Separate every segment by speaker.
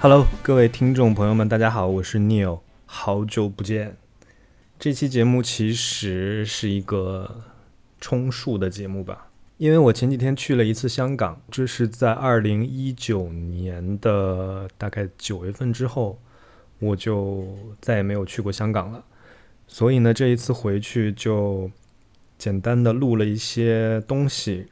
Speaker 1: Hello，各位听众朋友们，大家好，我是 Neil，好久不见。这期节目其实是一个充数的节目吧，因为我前几天去了一次香港，这是在二零一九年的大概九月份之后，我就再也没有去过香港了。所以呢，这一次回去就简单的录了一些东西。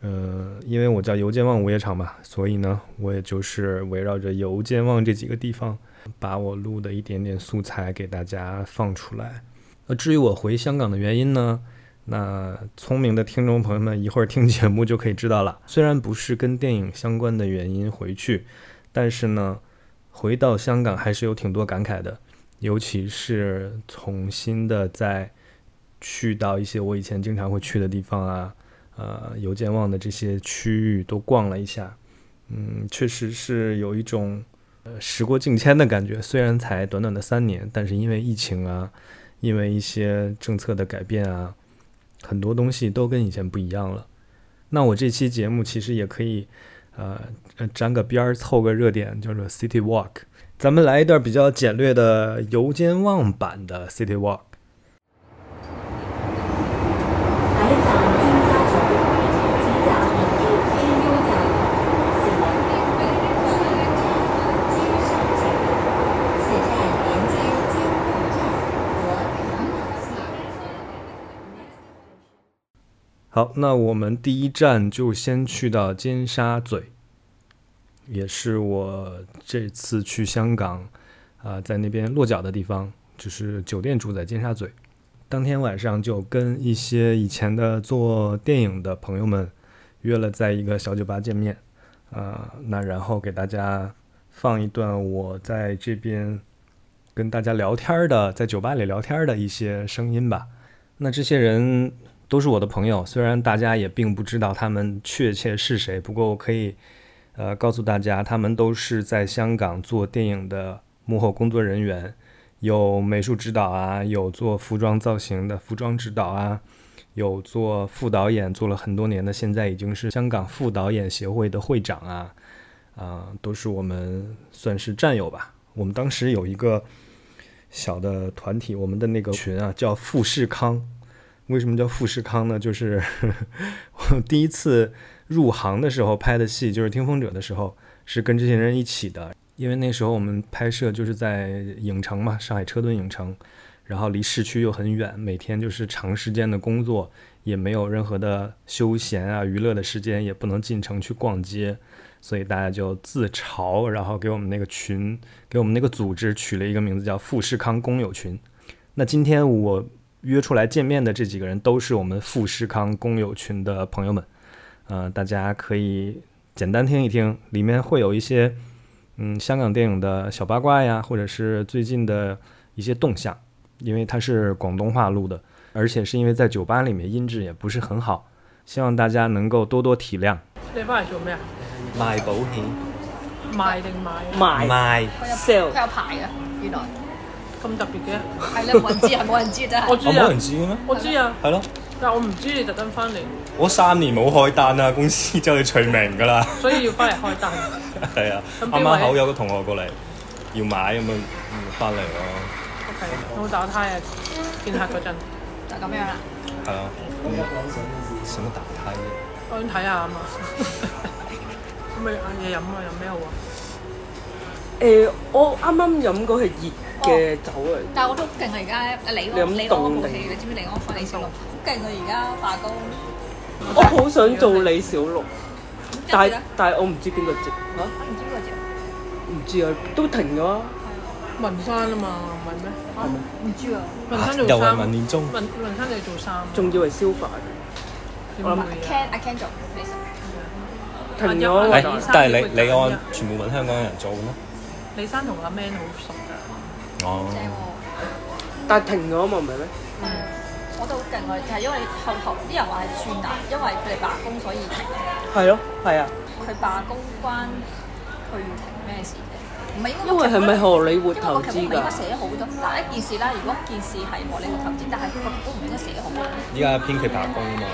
Speaker 1: 呃，因为我叫游健望午夜场嘛，所以呢，我也就是围绕着游健望这几个地方，把我录的一点点素材给大家放出来。呃，至于我回香港的原因呢，那聪明的听众朋友们一会儿听节目就可以知道了。虽然不是跟电影相关的原因回去，但是呢，回到香港还是有挺多感慨的，尤其是重新的再去到一些我以前经常会去的地方啊，呃，邮健望的这些区域都逛了一下，嗯，确实是有一种呃时过境迁的感觉。虽然才短短的三年，但是因为疫情啊，因为一些政策的改变啊，很多东西都跟以前不一样了。那我这期节目其实也可以，呃，呃沾个边儿凑个热点，叫做 City Walk。咱们来一段比较简略的油尖旺版的 City Walk。
Speaker 2: 喺站尖沙咀，此站行至 AU 站，是此站连接京沪站和港岛线。
Speaker 1: 好，那我们第一站就先去到尖沙咀，也是我这次去香港啊、在那边落脚的地方，就是酒店住在尖沙咀。当天晚上就跟一些以前的做电影的朋友们约了在一个小酒吧见面，啊、那然后给大家放一段我在这边跟大家聊天儿的，在酒吧里聊天儿的一些声音吧。那这些人都是我的朋友，虽然大家也并不知道他们确切是谁，不过我可以呃告诉大家，他们都是在香港做电影的幕后工作人员，有美术指导啊，有做服装造型的服装指导啊，有做副导演，做了很多年的，现在已经是香港副导演协会的会长啊，啊、都是我们算是战友吧。我们当时有一个小的团体，我们的那个群啊叫富士康。为什么叫富士康呢？就是 我第一次入行的时候拍的戏，就是《听风者》的时候，是跟这些人一起的。因为那时候我们拍摄就是在影城嘛，上海车墩影城，然后离市区又很远，每天就是长时间的工作，也没有任何的休闲啊、娱乐的时间，也不能进城去逛街，所以大家就自嘲，然后给我们那个群，给我们那个组织取了一个名字叫富士康工友群。那今天我约出来见面的这几个人都是我们富士康工友群的朋友们，呃，大家可以简单听一听，里面会有一些嗯香港电影的小八卦呀，或者是最近的一些动向，因为它是广东话录的，而且是因为在酒吧里面音质也不是很好，希望大家能够多多体谅。
Speaker 3: 你翻嚟做咩啊？
Speaker 4: 賣保險，
Speaker 3: 賣定買啊？
Speaker 5: 賣
Speaker 4: 賣
Speaker 5: sell
Speaker 6: 佢有牌啊，原來
Speaker 3: 咁特別嘅？
Speaker 6: 係啦，冇人知係冇人知真係。
Speaker 3: 我知
Speaker 4: 我冇
Speaker 3: 啊
Speaker 4: 人，知嘅咩？
Speaker 3: 我知啊，
Speaker 4: 係咯，
Speaker 3: 但我唔知你特登翻嚟，
Speaker 4: 我三年冇開單啦，公司就去除名㗎啦。
Speaker 3: 所以要翻嚟開單。
Speaker 4: 係啊，
Speaker 3: 咁邊
Speaker 4: 啱啱
Speaker 3: 位
Speaker 4: 口有個同學過嚟要買咁樣，翻嚟咯，
Speaker 3: OK，我打胎啊，見客嗰陣，
Speaker 6: 就咁樣啦。
Speaker 4: 係啊。使
Speaker 5: 嗯
Speaker 4: 乜打胎啫？
Speaker 3: 我想睇下啊嘛。咁咪有嘢飲啊？有咩好啊？
Speaker 5: 誒、我啱啱飲過係熱嘅酒嚟，
Speaker 6: 但係我都好勁啊！而家李
Speaker 5: 你有
Speaker 6: 安
Speaker 5: 冇
Speaker 6: 李安嗰部
Speaker 5: 凍
Speaker 6: 戲，
Speaker 5: 定
Speaker 6: 你知唔知李安份李小龍好勁啊！而家化工，
Speaker 5: 我好想做李小龍，
Speaker 6: 跟住
Speaker 5: 但係啊
Speaker 6: 咧，
Speaker 5: 但係我唔知邊個接嚇，
Speaker 6: 我唔知邊個接，
Speaker 5: 唔知啊，都停咗啊，
Speaker 3: 雲山啊嘛，唔係咩？
Speaker 6: 唔知啊，
Speaker 3: 雲山
Speaker 4: 又
Speaker 3: 做
Speaker 4: 係
Speaker 3: 衫，
Speaker 4: 文
Speaker 3: 雲
Speaker 4: 念中，
Speaker 3: 雲山你做衫，啊
Speaker 5: 仲以為消化
Speaker 3: 點會啊
Speaker 6: 阿 Ken 阿 Ken 做李小龍
Speaker 5: 停咗
Speaker 3: 哎
Speaker 5: 好
Speaker 4: 誒
Speaker 5: 耐
Speaker 3: 哎，
Speaker 4: 但係
Speaker 5: 嗯
Speaker 4: 你你按全部揾香港人做嘅咩？
Speaker 3: 李生同阿 Man 好熟㗎，
Speaker 6: 正
Speaker 4: 哦，
Speaker 6: 喎。
Speaker 5: 但係停咗啊嘛，唔係咩？
Speaker 6: 我都好勁啊！就係因為後後啲人話係轉難，因為佢哋罷工，所以停。
Speaker 5: 係咯，係啊，
Speaker 6: 佢罷工關佢要停咩事啫？唔係應該
Speaker 5: 因為係咪荷里活
Speaker 6: 因為個
Speaker 5: 投
Speaker 6: 劇本唔
Speaker 5: 資
Speaker 6: 係應該
Speaker 5: 㗎？
Speaker 6: 寫好多嗱一件事啦。如果件事係荷里活投資，但係個劇本唔應該寫好。
Speaker 4: 依家編劇罷工啊嘛，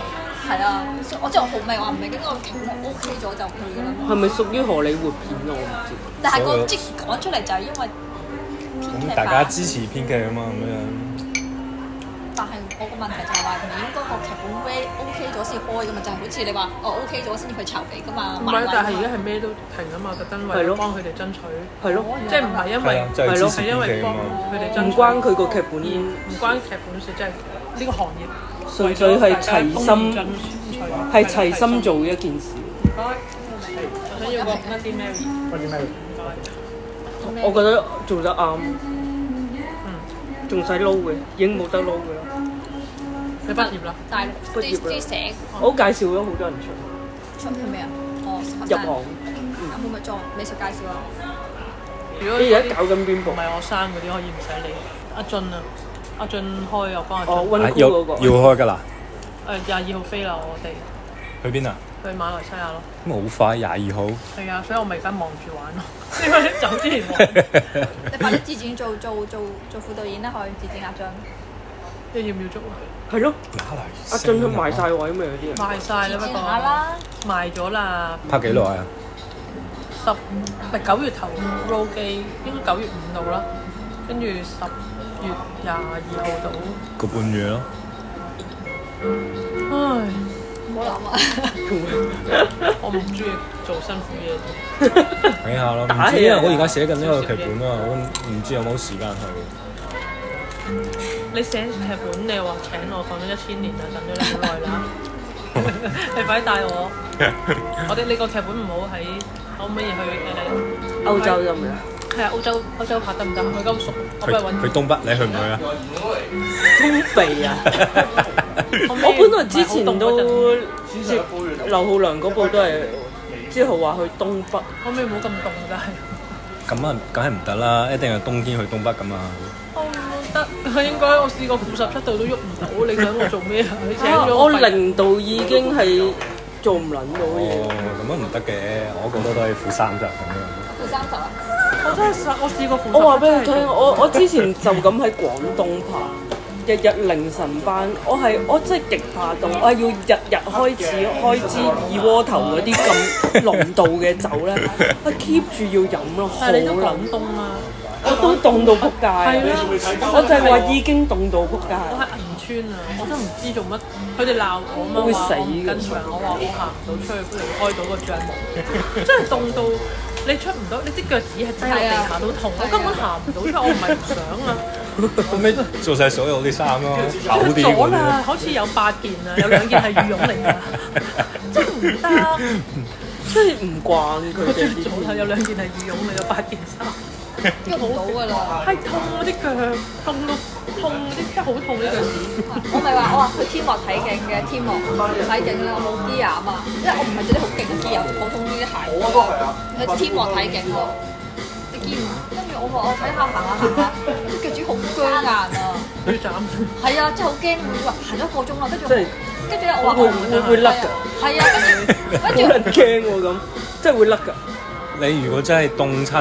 Speaker 6: 係啊，所以我即係我好明話唔係經過劇本 OK 咗就去㗎啦。
Speaker 5: 係咪屬於荷里活片啊？我唔知，
Speaker 6: 但係個即講出嚟就係因為編劇
Speaker 4: 咁
Speaker 6: 罷
Speaker 4: 大家支持編劇啊嘛，咁樣
Speaker 6: 但係我個問題就係話唔應該個劇本 way OK 咗先開㗎嘛，就係好似你話哦 OK 咗先至去籌備㗎嘛。
Speaker 3: 唔
Speaker 6: 買
Speaker 3: 係
Speaker 6: 位，
Speaker 3: 但係
Speaker 6: 㗎嘛
Speaker 3: 而家係咩都停啊嘛，特登
Speaker 5: 係
Speaker 3: 為
Speaker 5: 咯
Speaker 3: 咗幫佢哋爭取。
Speaker 5: 係咯，
Speaker 3: 即係唔係因
Speaker 4: 係
Speaker 3: 為
Speaker 4: 啊，就係支持
Speaker 3: 係因
Speaker 4: 編
Speaker 3: 為
Speaker 4: 劇啊
Speaker 3: 幫
Speaker 4: 嘛。
Speaker 3: 佢哋
Speaker 5: 唔
Speaker 3: 爭取
Speaker 5: 關佢個劇本，
Speaker 3: 唔關劇本事，即係呢個行業
Speaker 5: 純粹係齊心係
Speaker 3: 係
Speaker 5: 齊心。做一件事。
Speaker 3: 我想要個 Bloody Mary，
Speaker 5: 我覺得做得啱，仲使撈嘅，已經冇得撈嘅啦。
Speaker 3: 你畢業啦，
Speaker 6: 大陸
Speaker 5: 畢業
Speaker 6: 啲
Speaker 5: 啦
Speaker 6: 啲
Speaker 3: 啊
Speaker 6: 寫
Speaker 5: 我介紹咗好多人出
Speaker 6: 出去咩啊？哦，學
Speaker 5: 入
Speaker 6: 生
Speaker 5: 行，
Speaker 6: 有冇咪做美術介紹啊？
Speaker 3: 如果
Speaker 5: 你而家
Speaker 3: 嗰啲
Speaker 5: 搞緊邊部
Speaker 3: 唔？係我生嗰啲可以唔使理。阿俊啊，阿俊開又幫阿俊
Speaker 5: 哦，，温
Speaker 4: 啊
Speaker 5: 酷
Speaker 4: 要
Speaker 5: 嗰個。
Speaker 4: 要開㗎啦，
Speaker 3: 誒廿二號飛啦，我哋
Speaker 4: 去邊啊？
Speaker 3: 去馬來西亞咯。
Speaker 4: 咁啊好快廿二號，
Speaker 3: 係啊，所以我咪而家望住玩咯，因為走之 前望。
Speaker 6: 你快啲自薦做做做做副導演啦，去自薦壓章。
Speaker 3: 你要唔要捉啊？
Speaker 5: 係咯，
Speaker 4: 馬來西
Speaker 5: 阿
Speaker 4: 亞
Speaker 5: 俊佢賣晒位咪有啲人。
Speaker 3: 賣晒啦，
Speaker 6: 自
Speaker 3: 不
Speaker 6: 薦下啦，
Speaker 3: 過賣咗啦。
Speaker 4: 拍幾耐啊？
Speaker 3: 十唔係九月頭 roll 機，應該九月五到啦，跟住十月廿二號到。
Speaker 4: 個半月咯。
Speaker 3: 唉，
Speaker 6: 唔好諗啊！
Speaker 3: 我唔中意做辛苦嘢，
Speaker 4: 睇下咯，唔
Speaker 5: 打
Speaker 4: 知
Speaker 5: 氣
Speaker 4: 因為
Speaker 5: 啊
Speaker 4: 我而家寫緊呢個劇本啊，我唔知有冇時間去。
Speaker 3: 你寫劇本你又話請我講咗一千年啦，啊等咗你好耐啦， 你快啲帶我。 我哋你個劇本唔好喺可唔可以去誒？
Speaker 5: 歐洲得唔得？
Speaker 3: 係啊，歐洲歐洲拍得唔得？我而家好熟，我
Speaker 4: 佢
Speaker 3: 哦不如揾
Speaker 4: 佢東北，你去唔去啊？
Speaker 5: 東鼻啊！
Speaker 3: 可唔可以
Speaker 5: 我本來之前
Speaker 3: 唔係好凍嗰陣
Speaker 5: 都接劉浩良嗰部都係之後話去東北，
Speaker 3: 可唔可以唔好咁凍真係？
Speaker 4: 咁啊，梗係唔得啦，一定係冬天去東北咁啊。
Speaker 3: 我唔得，應該我試過負十七度都喐唔到，你想我做咩啊？你請
Speaker 5: 啊
Speaker 3: 咗
Speaker 5: 我
Speaker 3: 費
Speaker 5: 零度已經係做唔撚到
Speaker 1: Ờ.
Speaker 5: 嘢。
Speaker 4: 哦，咁啊唔得嘅，我覺得都係負三集咁樣。
Speaker 6: 負三十啊！
Speaker 3: 我真係實，我試過負十七。
Speaker 5: 我話俾你
Speaker 3: 真
Speaker 5: 聽
Speaker 3: 係，
Speaker 5: 我我之前就咁喺廣東拍，日日凌晨班，我係我真係極怕凍，我係要日日開始開支二鍋頭嗰啲咁濃度嘅酒咧，我 keep 住要飲咯，好
Speaker 3: 但係你都
Speaker 5: 冷
Speaker 3: 廣，東啦，
Speaker 5: 我都凍到仆
Speaker 3: 係
Speaker 5: 街
Speaker 3: 啦，
Speaker 5: 啊。我就係話已經凍到仆街，
Speaker 3: 我喺銀川啊，我都唔知做乜，佢哋鬧我嘛，
Speaker 5: 會
Speaker 3: 話
Speaker 5: 死
Speaker 3: 我唔跟場，我話我行唔到出去，不如開到個帳幕， 真係凍到你出唔到，你啲腳趾係擠落
Speaker 5: 啊
Speaker 3: 地下都痛，我根本行唔到出去，我唔係唔想啊，
Speaker 4: 後尾做晒所有啲衫 咯， 厚
Speaker 3: 出
Speaker 4: 啲啊
Speaker 3: 咗
Speaker 4: 嗰
Speaker 3: 啦，
Speaker 4: 啲。
Speaker 3: 好似有八件啊，有兩件係羽絨嚟 㗎，真係唔得。
Speaker 5: 真係唔慣佢哋呢
Speaker 3: 早
Speaker 5: 啲。
Speaker 3: 頭有兩件係羽絨，咪有八件衫，
Speaker 6: 喐唔到㗎啦！
Speaker 3: 係痛嗰啲腳，痛到痛啲，真係好痛呢腳趾。
Speaker 6: 我咪話我話去天幕睇景嘅天幕睇景啦，我冇 gear 啊嘛，因為我唔係着啲好勁嘅 gear，普通呢啲鞋。去天幕睇景喎，你見唔？跟住我話我睇下行下行下，啲腳趾好僵硬啊！
Speaker 3: 要斬，
Speaker 6: 係啊，真係好驚，會行咗一個鐘啊啦，跟住
Speaker 5: 即係
Speaker 6: 跟住咧我話
Speaker 5: 會
Speaker 6: 我唔
Speaker 5: 會會甩㗎
Speaker 6: 係啊，跟住
Speaker 5: 好
Speaker 6: 跟
Speaker 5: 人
Speaker 6: 住
Speaker 5: 驚喎咁，真係會甩㗎。
Speaker 4: 你如果真係凍親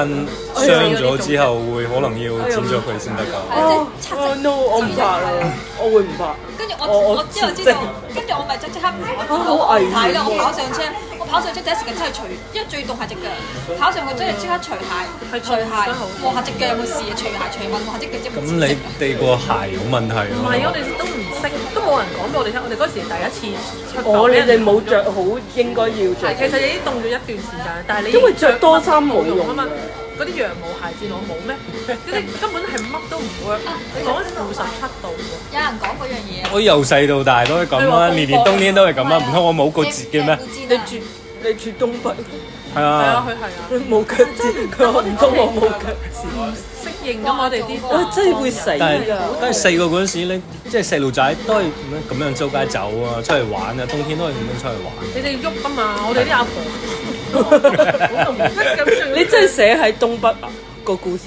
Speaker 3: 哎
Speaker 4: 傷咗之後，會可能要剪咗佢先得㗎。
Speaker 6: 係
Speaker 5: 哦
Speaker 6: 即係擦
Speaker 5: no，我唔怕啦，我會唔怕。
Speaker 6: 跟住
Speaker 5: 我
Speaker 6: 我
Speaker 5: 我
Speaker 6: 我之後知道，跟住我咪就即刻我
Speaker 4: 哦
Speaker 6: 見到
Speaker 5: 好
Speaker 6: 我
Speaker 5: 危
Speaker 6: 唔睇啦，
Speaker 5: 險
Speaker 6: 我跑上車，我跑上車第一時間真係除，因為最凍係只腳，跑上去真係即刻除鞋，
Speaker 3: 係
Speaker 6: 除鞋
Speaker 3: 真係好
Speaker 6: 望下只腳有冇事，除鞋除襪望下只腳有
Speaker 4: 咁
Speaker 6: 冇
Speaker 4: 你
Speaker 6: 紫色。
Speaker 4: 哋個鞋有問題啊
Speaker 3: 唔
Speaker 4: 咯。
Speaker 3: 係我哋都唔識，都冇人講俾我哋聽。我哋嗰時第一次出埠
Speaker 5: 我你
Speaker 3: 俾
Speaker 5: 哋
Speaker 3: 人
Speaker 5: 冇着好應該要
Speaker 3: 係，
Speaker 5: 着。
Speaker 3: 其實你已經凍咗一段時間，但係你
Speaker 5: 因為着多衫冇用
Speaker 3: 啊嘛。嗰啲羊毛鞋墊我冇咩？ 嗰啲根本係乜都唔 work，你講緊負十七度喎。
Speaker 6: 有人講嗰樣嘢啊，
Speaker 4: 我由細到大都係咁啦，年年冬天都係咁啦，唔通我冇個節嘅咩？
Speaker 5: 你
Speaker 6: 你
Speaker 5: 住你住東北，
Speaker 4: 係
Speaker 3: 係啊，佢
Speaker 4: 啊，
Speaker 3: 係啊，
Speaker 5: 你冇腳趾，佢話唔通我冇腳趾，
Speaker 3: 適應咁我哋
Speaker 6: 哇
Speaker 3: 啲
Speaker 5: 我真係啊會死
Speaker 4: 但係
Speaker 5: 㗎。
Speaker 4: 但係細個嗰陣時咧，即係細路仔都係咁樣周街走啊，出去玩啊，冬天都係咁樣出去玩。
Speaker 3: 你哋喐啊嘛，我哋啲阿婆好動咁
Speaker 5: 你真係寫喺東北啊個故事，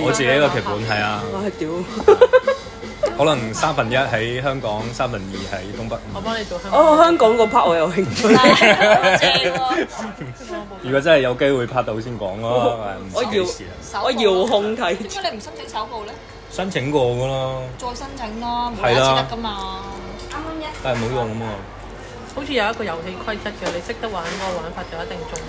Speaker 4: 我自己個劇本係啊，
Speaker 5: 哇屌！
Speaker 4: 可能三分一喺香港，三分二喺東北。
Speaker 3: 我幫你做香 港。
Speaker 5: 哦，香港個 part 我有興趣，
Speaker 4: 如果真係有機會拍到先講咯，
Speaker 5: 哦我
Speaker 4: 唔知
Speaker 5: 要
Speaker 4: 幾時啊
Speaker 5: 我遙控睇
Speaker 6: 點解你唔申請首部咧？
Speaker 4: 申請過噶啦，
Speaker 6: 再申請啦，每
Speaker 4: 係
Speaker 6: 一次
Speaker 4: 啦
Speaker 6: 得噶嘛。
Speaker 4: 但係冇用啊嘛。
Speaker 3: 好似有一個遊戲規則嘅，你識得玩嗰個玩法就一定中。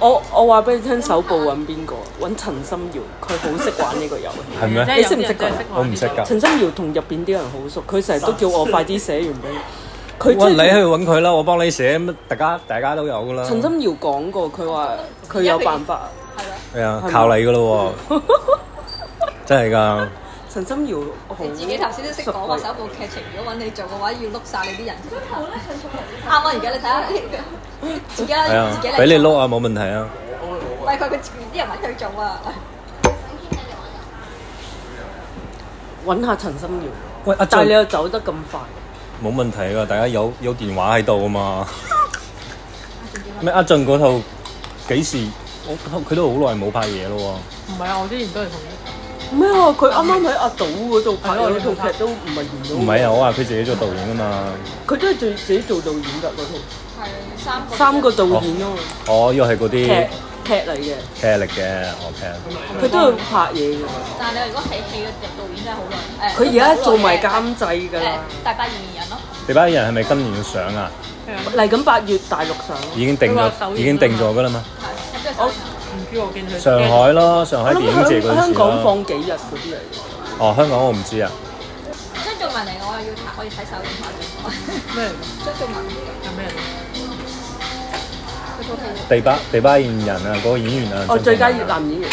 Speaker 5: 我我話俾你聽，首部揾邊個？揾陳心遙，佢好識玩呢個遊 戲。
Speaker 4: 係咩
Speaker 3: 即係有啲人真係識玩
Speaker 4: 我唔識㗎
Speaker 5: 陳心遙同入邊啲人好熟，佢成日都叫我快啲寫完俾佢。佢
Speaker 4: 哇！
Speaker 5: 真
Speaker 4: 你去
Speaker 5: 係
Speaker 4: 揾佢啦，我幫你寫，乜大家大家都有噶啦。
Speaker 5: 陳心遙講過，佢話佢有辦法。
Speaker 6: 係咯，
Speaker 4: 係啊
Speaker 5: 係，啊咪
Speaker 4: 靠你噶咯喎，真係㗎。
Speaker 5: 陳心遙好，
Speaker 6: 你自己頭先都識講啊話首部劇情，如果揾你做嘅話，要碌晒你啲人。啱啊！而家你睇下呢個，自己
Speaker 4: 係啊
Speaker 6: 自己，嚟
Speaker 4: 俾你碌啊，冇問題啊。
Speaker 6: 喂，佢佢啲人揾佢做啊！
Speaker 5: 揾下陳心遙。
Speaker 4: 喂，阿
Speaker 5: 但係你
Speaker 4: 俊
Speaker 5: 又走得咁快，
Speaker 4: 冇問題㗎，大家有有電話喺度啊嘛。咩？阿俊嗰套幾時？我佢都好耐冇拍嘢咯
Speaker 3: 唔係啊，我之前都係同
Speaker 5: 咩啊？佢啱啱喺阿島嗰度拍
Speaker 3: 係咯
Speaker 5: 嗰套劇都唔係完
Speaker 4: 喎。
Speaker 5: 到，
Speaker 4: 唔係啊，我話佢自己做導演啊嘛。
Speaker 5: 佢都係自自己做導演㗎嗰
Speaker 6: 係三個
Speaker 5: 套，三個導演啊嘛，
Speaker 4: 哦，又係嗰
Speaker 5: 劇
Speaker 4: 啲
Speaker 5: 劇嚟嘅，
Speaker 4: 劇力嘅，我劇。
Speaker 5: 佢都係拍嘢嘅。
Speaker 6: 但係你如果係戲嘅導演真係好耐。誒
Speaker 5: 佢而家做埋監製㗎
Speaker 6: 誒
Speaker 5: 啦，
Speaker 6: 大八二二人咯，
Speaker 4: 你班人係咪今年要上啊？
Speaker 3: 佢，
Speaker 5: 嚟緊八月大陸上，
Speaker 4: 已經定
Speaker 3: 佢話
Speaker 4: 咗，
Speaker 3: 首映啊嘛
Speaker 4: 已經定咗㗎啦嘛。
Speaker 6: 係咁即係上
Speaker 3: 唔知我見佢
Speaker 4: 上海咯，上海
Speaker 5: 我
Speaker 4: 電影
Speaker 5: 諗
Speaker 4: 節嗰陣
Speaker 5: 香
Speaker 4: 時
Speaker 5: 香港
Speaker 4: 咯。
Speaker 5: 放幾日嗰啲嚟嘅，
Speaker 4: 哦，香港我唔知啊。
Speaker 6: 張仲文嚟，我又要睇，我要睇手影下
Speaker 3: 咩嚟㗎？
Speaker 6: 張仲 文
Speaker 3: 有咩嚟㗎？
Speaker 6: 佢套戲
Speaker 4: 第八第八演人啊，嗰、個演員啊，
Speaker 5: 哦最佳
Speaker 4: 真係
Speaker 5: 越南演員，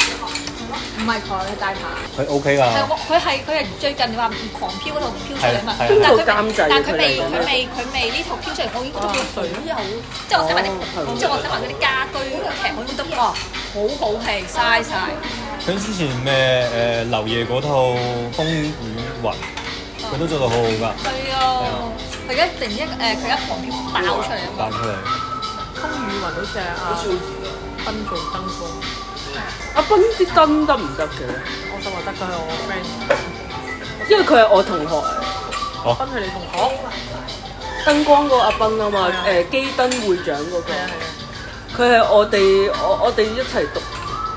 Speaker 6: 唔係佢係大牌。
Speaker 4: 佢 OK
Speaker 6: 係
Speaker 4: 㗎，
Speaker 6: 我佢係佢係最近話狂飄嗰套飄出嚟嘛，
Speaker 4: 係係
Speaker 6: 但係佢
Speaker 5: 邊個監製
Speaker 6: 但係佢
Speaker 5: 佢
Speaker 6: 未
Speaker 5: 嚟講
Speaker 6: 佢未佢未呢套飄出嚟，我已經覺得佢好有，即係我睇埋
Speaker 5: 哦
Speaker 6: 啲，
Speaker 5: 係
Speaker 6: 即係我睇埋嗰啲家居劇，我已經覺得哇好好戲，嘥晒。
Speaker 4: 佢之前咩誒劉烨嗰套《風雨雲》，佢都做到好好㗎，
Speaker 6: 係啊，佢而家突然之間誒佢一狂飄爆出嚟啊
Speaker 4: 彈
Speaker 6: 嘛，
Speaker 4: 出嚟。
Speaker 3: 風雨雲好似係阿斌做燈光，
Speaker 5: 阿斌啲燈得唔得嘅？
Speaker 3: 我就話得佢係我 friend，
Speaker 5: 因為佢係我同學嚟。
Speaker 3: 斌係你同學，
Speaker 5: 燈光嗰個阿斌啊嘛
Speaker 3: 係啊，
Speaker 5: 誒基燈會長嗰
Speaker 3: 係啊係
Speaker 5: 個，
Speaker 3: 啊。
Speaker 5: 佢係我哋我我哋一齊讀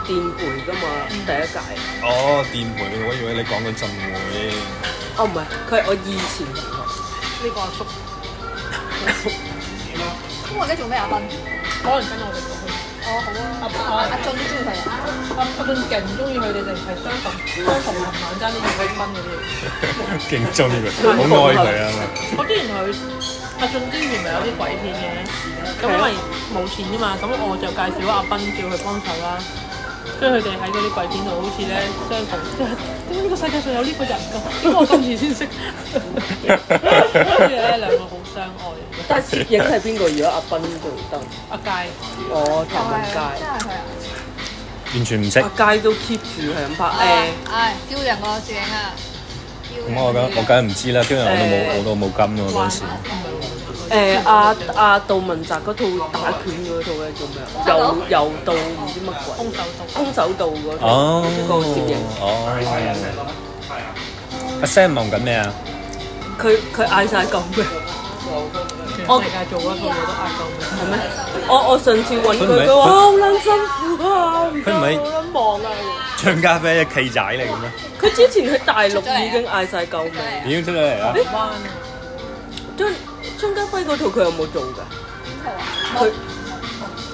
Speaker 5: 電培噶嘛，第一屆。
Speaker 4: 哦，電媒，我以為你講緊浸 會。
Speaker 5: 哦，唔係，佢係我以前同學。
Speaker 3: 呢個阿叔
Speaker 6: 咁我而家做咩啊？阿斌，
Speaker 3: 可能跟我哋過去，
Speaker 6: 哦好啊，阿斌阿俊都中意佢啊，
Speaker 3: 阿阿俊勁中意佢哋，定係相同相同同眼爭啲二分嗰啲。
Speaker 4: 勁中意佢，好愛佢啊嘛！
Speaker 3: 我之前去阿俊之前咪有啲鬼片嘅，咁因為冇錢啊嘛，咁我就介紹阿斌叫佢幫手啦。跟住佢哋喺嗰啲鬼片度，好似咧相逢，即係點解呢個世界上有呢個人㗎？點解我今次先識？跟住咧兩個好相愛，
Speaker 5: 但係攝影係邊個？如果阿斌做燈，
Speaker 3: 阿佳
Speaker 5: 我譚文
Speaker 6: 係啊，真
Speaker 5: 佳，
Speaker 6: 係佢啊，
Speaker 4: 完全唔識。
Speaker 5: 阿
Speaker 6: 啊
Speaker 5: 佳都 keep 住係咁拍
Speaker 3: 啊
Speaker 6: 唉唉，丟人個攝影啊，丟人
Speaker 4: 咁我梗我梗係唔知啦，跟住我都冇我都冇金喎嗰陣
Speaker 6: 啊
Speaker 4: 時。
Speaker 5: 誒誒阿阿杜汶澤嗰套打拳嗰套咧做咩啊？柔柔道唔知乜
Speaker 3: 空
Speaker 5: 鬼，
Speaker 3: 手道，
Speaker 5: 空手道嗰套
Speaker 4: 哦
Speaker 5: 嗰個攝影，
Speaker 4: 哦。阿 Sam 忙緊咩啊？
Speaker 5: 佢佢嗌晒咁嘅。
Speaker 3: 全世界做嗰套我都嗌到嘅。
Speaker 5: 咩？我我上次揾
Speaker 4: 佢唔係
Speaker 5: 佢，佢話啊好撚辛苦啊，唔
Speaker 4: 佢唔係
Speaker 5: 夠好撚忙啊。
Speaker 4: 張家輝嘅契仔嚟嘅咩？
Speaker 5: 佢之前喺大陸已經嗌晒救命。
Speaker 4: 已經出咗嚟啦。
Speaker 3: 彎啊！
Speaker 5: 張張家輝嗰套佢有冇做㗎？
Speaker 6: 邊套啊？
Speaker 5: 佢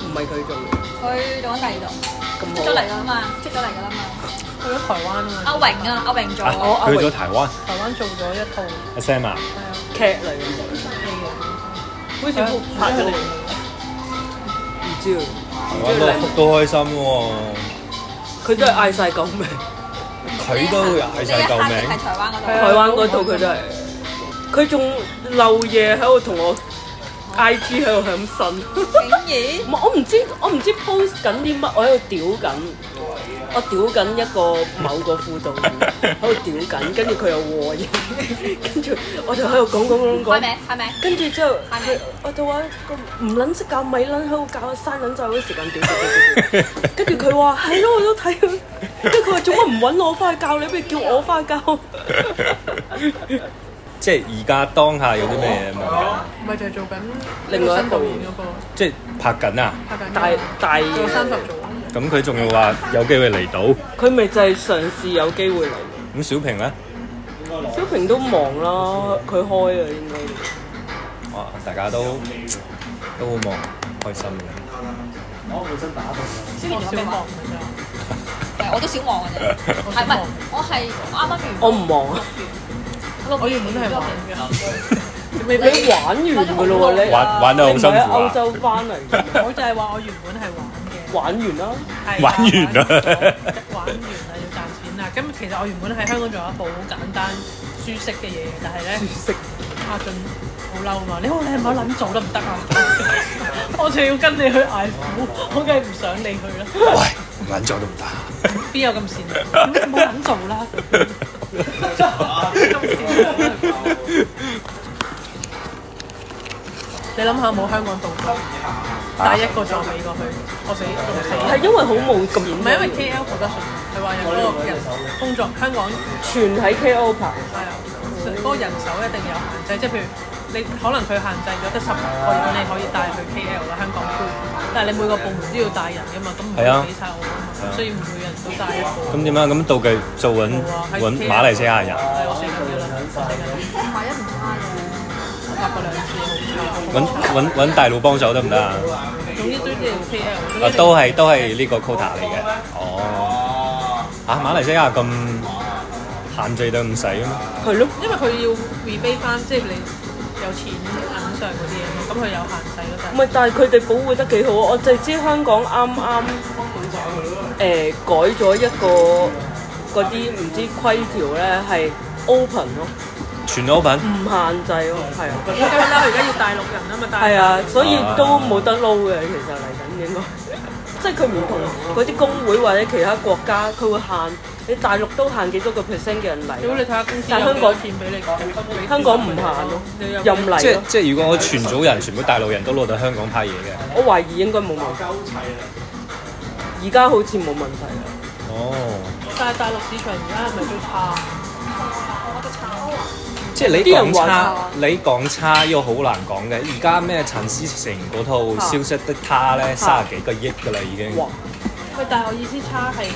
Speaker 5: 唔係佢做嘅，
Speaker 6: 佢做緊第二度，出咗
Speaker 5: 咁
Speaker 6: 嚟
Speaker 5: 好。
Speaker 6: 㗎啦嘛，出咗嚟㗎啦嘛。
Speaker 3: 去咗台灣啊嘛，
Speaker 6: 阿榮啊，阿榮做。
Speaker 4: 啊去咗台灣。
Speaker 3: 台灣做咗一套
Speaker 4: 阿 Sam 啊，
Speaker 3: 係啊
Speaker 5: 劇嚟嘅，
Speaker 3: 戲嘅，
Speaker 5: 好似冇拍咗嚟，唔知啊。
Speaker 4: 玩到都開心喎。
Speaker 5: 佢真係嗌晒救命。
Speaker 4: 佢都 有嗌晒救
Speaker 6: 呢一
Speaker 4: 命
Speaker 6: 刻係。台灣嗰度。
Speaker 5: 台灣嗰套佢真係，佢仲漏夜喺度同我 I G 喺度響呻，
Speaker 6: 竟然
Speaker 5: 唔係我唔知我唔知 post 緊啲乜，我喺度屌緊，我屌緊一個某個輔導員 喺度屌緊，跟住佢又和應，跟住我就喺度講講講
Speaker 6: 開
Speaker 5: 講
Speaker 6: 名。開名，
Speaker 5: 跟住之後，
Speaker 6: 係咪
Speaker 5: 佢我就話個唔撚識教米撚喺度教生撚仔嗰啲時間屌 屌屌屌屌跟住佢話係咯，我都睇佢。跟住佢話做乜唔揾我翻去教你，不如叫我翻去教。
Speaker 4: 即係而家當下有啲咩嘢問緊？
Speaker 3: 咪就係做緊
Speaker 5: 另外一
Speaker 3: 新
Speaker 5: 部
Speaker 3: 導演嗰個
Speaker 4: 即係拍緊啊！
Speaker 3: 拍緊
Speaker 5: 大大
Speaker 3: 做三十組，
Speaker 4: 咁佢仲要話有機會嚟到。
Speaker 5: 佢咪就係嘗試有機會嚟。
Speaker 4: 咁小平咧？
Speaker 5: 小平都忙啦，佢開啊應該。
Speaker 4: 哇！大家都都好忙，開心嘅。
Speaker 6: 雖然我未望，但係我都少望嘅啫。係唔係？我係我啱啱完，
Speaker 5: 我唔忙啊，
Speaker 6: 六月
Speaker 3: 我原本都係玩嘅，未
Speaker 5: 你
Speaker 3: 俾
Speaker 5: 玩完㗎咯喎，你
Speaker 4: 玩玩得好
Speaker 5: 你唔
Speaker 4: 辛
Speaker 5: 係喺
Speaker 4: 苦啊
Speaker 5: 歐！洲翻嚟㗎，
Speaker 3: 我就係話我原本係玩嘅。
Speaker 5: 玩完啦。
Speaker 3: 係啊
Speaker 4: 玩完啦
Speaker 3: 玩完啦，要賺錢啦。咁其實我原本喺香港做一部好簡單、舒適嘅嘢，但係咧，舒適阿俊好嬲嘛！你好，你係咪諗做得唔 得啊？我就要跟你去捱苦，我梗係唔想你去啦。
Speaker 4: 喂，揾咗都唔得。
Speaker 3: 邊有咁 善良？咁你冇諗做啦。咁善良你諗下冇香港導遊，帶一個撞美過去，我死我死。
Speaker 5: 係因為好冇錢，
Speaker 3: 唔係因為 KL 覺得順，係話有嗰個人工作香港係
Speaker 5: 全喺 KO 拍。
Speaker 3: 啊，嗰個人手一定有限制，即係譬如你可能佢限制咗得十個人你可以帶去 KL 啦，啊香港區，但係你每個部門都要帶人噶嘛，咁唔會
Speaker 4: 係啊
Speaker 3: 俾晒我啊嘛，所以唔會人都帶一個。
Speaker 4: 咁點啊？咁到佢做緊
Speaker 3: 冇啊喺
Speaker 4: 揾
Speaker 3: KL
Speaker 4: 馬來西亞人
Speaker 3: 係，我死緊要啦，我死緊要，
Speaker 6: 唔係一唔差嘅。
Speaker 3: 我拍過兩次好
Speaker 4: 揾揾揾大佬幫手得唔得啊？
Speaker 3: 差，總之都要 KL，總
Speaker 4: 啊
Speaker 3: 之，
Speaker 4: 都係都係呢個 quota 嚟嘅。哦。啊，馬來西亞咁限制得咁細啊嘛？
Speaker 5: 係咯，
Speaker 3: 因為佢要 rebate 翻，即係你有錢銀上嗰啲嘢嘛，咁佢有限制咯，
Speaker 5: 唔
Speaker 3: 就係
Speaker 5: 係，但係佢哋保護得幾好啊！我就知香港啱啱誒改咗一個嗰啲唔知規條咧係 open 咯，
Speaker 4: 全 open
Speaker 5: 唔限制咯，係啊。
Speaker 3: 好簡單，佢而家要大陸人啊嘛，大陸
Speaker 5: 係啊，所以都冇得撈嘅，其實嚟緊應該， 即係佢唔同嗰啲工會或者其他國家，佢會限你大陸都限幾多個 percent 嘅人
Speaker 3: 如果你
Speaker 5: 嚟，
Speaker 3: 睇下公司
Speaker 5: 但
Speaker 3: 有
Speaker 5: 香港
Speaker 3: 幾多錢俾你講，
Speaker 5: 香港唔限咯，
Speaker 3: 你有
Speaker 5: 任
Speaker 4: 即
Speaker 5: 嚟
Speaker 4: 係
Speaker 5: 咯。
Speaker 4: 即係如果我全組人全部大陸人都落到香港拍嘢嘅，
Speaker 5: 我懷疑應該冇問題。而家好似冇問題啦，
Speaker 4: 哦，
Speaker 3: 但係大陸市場而家係咪都差？
Speaker 6: 我就炒啊！
Speaker 4: 即係你啊
Speaker 5: 啲人
Speaker 4: 講
Speaker 5: 話
Speaker 4: 差，你講差呢個好難講嘅。而家咩陳思成嗰套《消失的她》咧，三十幾個億㗎啦已經。
Speaker 5: 哇！
Speaker 3: 喂，但係我意思差係